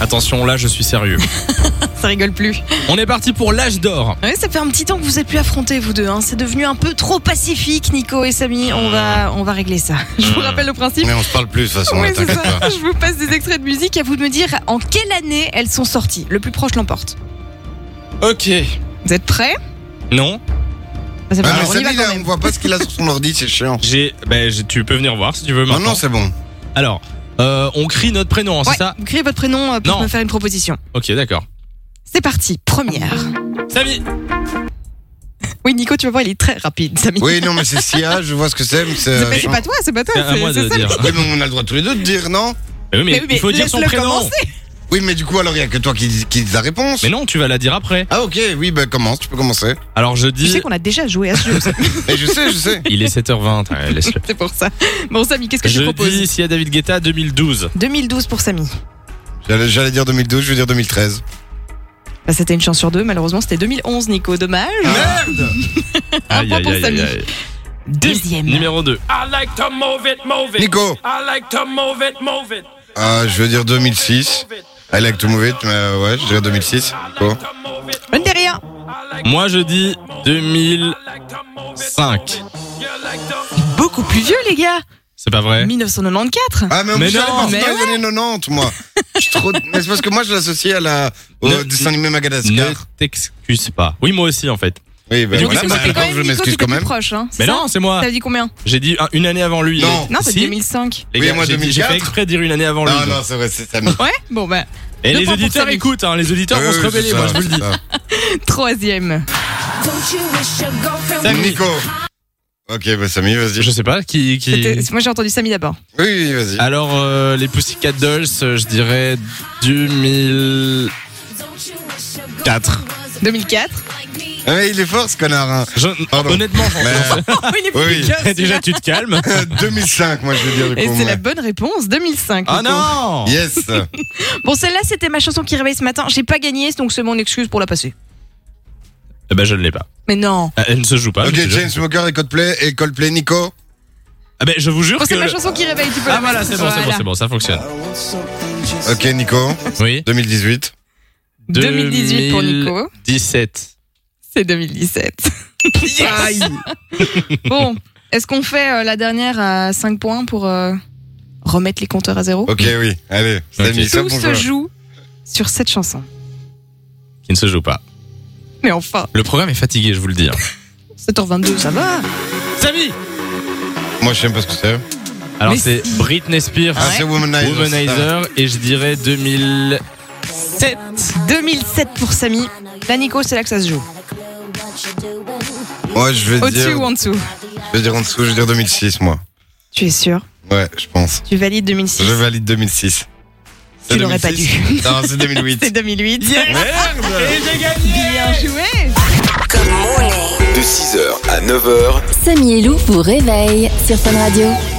Attention, là, je suis sérieux. Ça rigole plus. On est parti pour l'âge d'or. Ouais, ça fait un petit temps que vous êtes plus affrontés, vous deux. hein. C'est devenu un peu trop pacifique, Nico et Samy. On Ah. va, on va régler ça. Je Hmm. vous rappelle le principe. Mais on se parle plus de toute façon, Oui, là, c'est t'inquiète ça. pas. Je vous passe des extraits de musique à vous de me dire en quelle année elles sont sorties. Le plus proche l'emporte. Ok. Vous êtes prêts Non, Bah, ça va, Ah, mais On y va Samy, quand là, on même. voit pas ce qu'il a sur son ordi, c'est chiant. j'ai. Ben, j'ai- tu peux venir voir si tu veux. Non, Maintenant. non, c'est bon. Alors, euh, on crie notre prénom, hein, c'est Ouais, ça Vous criez votre prénom euh, pour Non. me faire une proposition. Ok, d'accord. C'est parti, première. Samy. Oui, Nico, tu vas voir, il est très rapide, Samy. Oui, non, mais c'est Sia, je vois ce que c'est. mais C'est C'est pas- euh, c'est chiant. pas toi, c'est pas toi. C'est à c'est- moi c'est de Samy. dire. Oui, mais on a le droit tous les deux de dire, non Mais oui, mais, Mais oui, mais il faut dire son laisse-le prénom. commencer. Oui, mais du coup, alors il y a que toi qui, qui dis la réponse. Mais non, tu vas la dire après. Ah, ok, oui, bah commence, tu peux commencer. Alors je Tu dis, sais qu'on a déjà joué à ce jeu, Et je sais, je sais. il est 7h20, ouais, laisse-le. c'est pour ça. Bon, Samy, qu'est-ce que tu Je proposes dis s'il y a David Guetta 2012. 2012 pour Samy. J'allais j'allais dire 2012, je vais dire 2013. Bah, c'était une chance sur deux, malheureusement, c'était 2011, Nico. Dommage. Ah. Merde Un point pour Samy. Deuxième. Numéro 2. I like to move it, move it. Nico I like to move it, move it. Ah, Je veux dire 2006. I like to move it, mais euh, ouais, je dirais 2006. Nico. To move it. Je ne dis rien. Moi je dis 2000. I like to move it. 5. You like to Beaucoup plus vieux, les gars. C'est pas vrai 1994. Ah, mais, en Mais plus, non, j'allais partir mais dans les années 90, moi. Je suis trop- mais c'est parce que moi, je l'associe à la... au Ne- dessin animé Ne Madagascar. t'excuse pas. Oui, moi aussi en fait. Oui, bah Mais du coup, voilà, c'est bah, moi qui ai alors, je m'excuse quand même. Proche, hein, c'est Mais ça non, c'est moi. T'as dit combien J'ai dit un- une année avant lui. Non. Non, c'est Si, 2005. les Oui, gars, moi, j'ai dit- J'ai 2004. fait exprès de dire une année avant Non, lui. non, c'est vrai, c'est Samy. Ouais, bon bah. Et Deux les points pour auditeurs Samy. écoutent, hein, les auditeurs Euh, vont se c'est rebeller, ça, Ah, moi je vous le dis. c'est Troisième. ça. Samy. Nico. Ok, bah Samy, vas-y. Je sais pas qui. qui... C'était- Moi j'ai entendu Samy d'abord. Oui, oui, vas-y. Alors, euh, les Pussycat Dolls, euh, je dirais 2004. 2004. Ah, mais il est fort, ce connard. hein. Je- Pardon. honnêtement, j'en Mais, Il est Oui, oui. efficace, Déjà, tu te calmes. euh, 2005, moi, je veux dire, du Et coup. c'est moi. la bonne réponse, 2005. Ah Nico. non Yes. Ah, Bon, celle-là, c'était ma chanson qui réveille ce matin. J'ai pas gagné, donc c'est mon excuse pour la passer. Eh ben, je ne l'ai pas. Mais non. Ah, Elle ne se joue pas. ok, je te jure. James Smoker et Coldplay, et Coldplay, Nico. Ah ben, je vous jure Bon, que. Oh, c'est ma chanson qui réveille, tu peux Ah la voilà, passer. c'est bon, c'est bon, Voilà. c'est bon, ça fonctionne. Ok, Nico. Oui. 2018. 2018 pour Nico. 17. C'est 2017. bon, est-ce qu'on fait euh, la dernière à 5 points pour euh, remettre les compteurs à zéro Ok, oui. Allez, Samy, Mm. Ok. ça, Tout bon se joueur. joue sur cette chanson. Qui ne se joue pas. Mais enfin, Le programme est fatigué, je vous le dis. hein. 7h22, ça va Samy Moi, je sais même pas ce que Ah, c'est. Alors, Mais c'est si. Britney Spears, Ah, c'est Womanizer. Womanizer, et je dirais 2000. 2007 pour Samy. Là, Nico, c'est là que ça se joue. Moi, je vais Au-dessus dire. ou en dessous Je vais dire en dessous, je vais dire 2006, moi. Tu es sûr Ouais, je pense. Tu valides 2006 Je valide 2006. Tu C'est l'aurais pas 2006? Non, c'est 2008. C'est 2008. Merde Bien joué De 6h à 9h, Samy et Lou vous réveille sur Fun Radio.